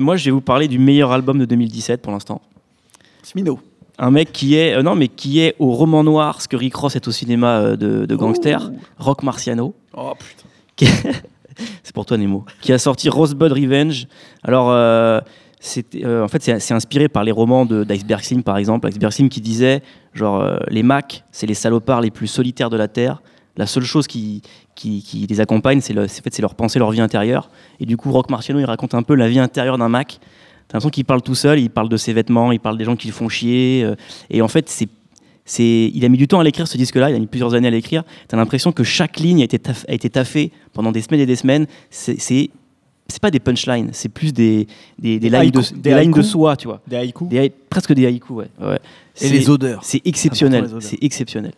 Moi, je vais vous parler du meilleur album de 2017 pour l'instant. Smino. Un mec qui est, euh, non, mais qui est au roman noir, ce que Rick Ross est au cinéma euh, de, de gangster, Rock Marciano. Oh putain. qui- c'est pour toi Nemo, qui a sorti Rosebud Revenge. Alors, euh, c'était- euh, en fait, c'est c'est inspiré par les romans de- d'Iceberg Sim, par exemple. Iceberg Sim qui disait, genre, euh, les Macs, c'est les salopards les plus solitaires de la Terre. La seule chose qui, qui, qui les accompagne, c'est le, c'est- en fait, c'est leur pensée, leur vie intérieure. Et du coup, Rock Marciano, il raconte un peu la vie intérieure d'un Mac. T'as l'impression qu'il parle tout seul, il parle de ses vêtements, il parle des gens qui le font chier. euh, et en fait, c'est c'est- il a mis du temps à l'écrire ce disque-là, il a mis plusieurs années à l'écrire. T'as l'impression que chaque ligne a été, taff- a été taffée pendant des semaines et des semaines. C'est, c'est, c'est pas des punchlines, c'est plus des, des, des Des lines, de, haïkus- des des lines de haïkus. soi, tu vois. Des haïkus. Des haï- presque des haïkus, ouais. ouais. Et C'est, les odeurs. c'est exceptionnel, Important, Ah bah, les odeurs. c'est exceptionnel.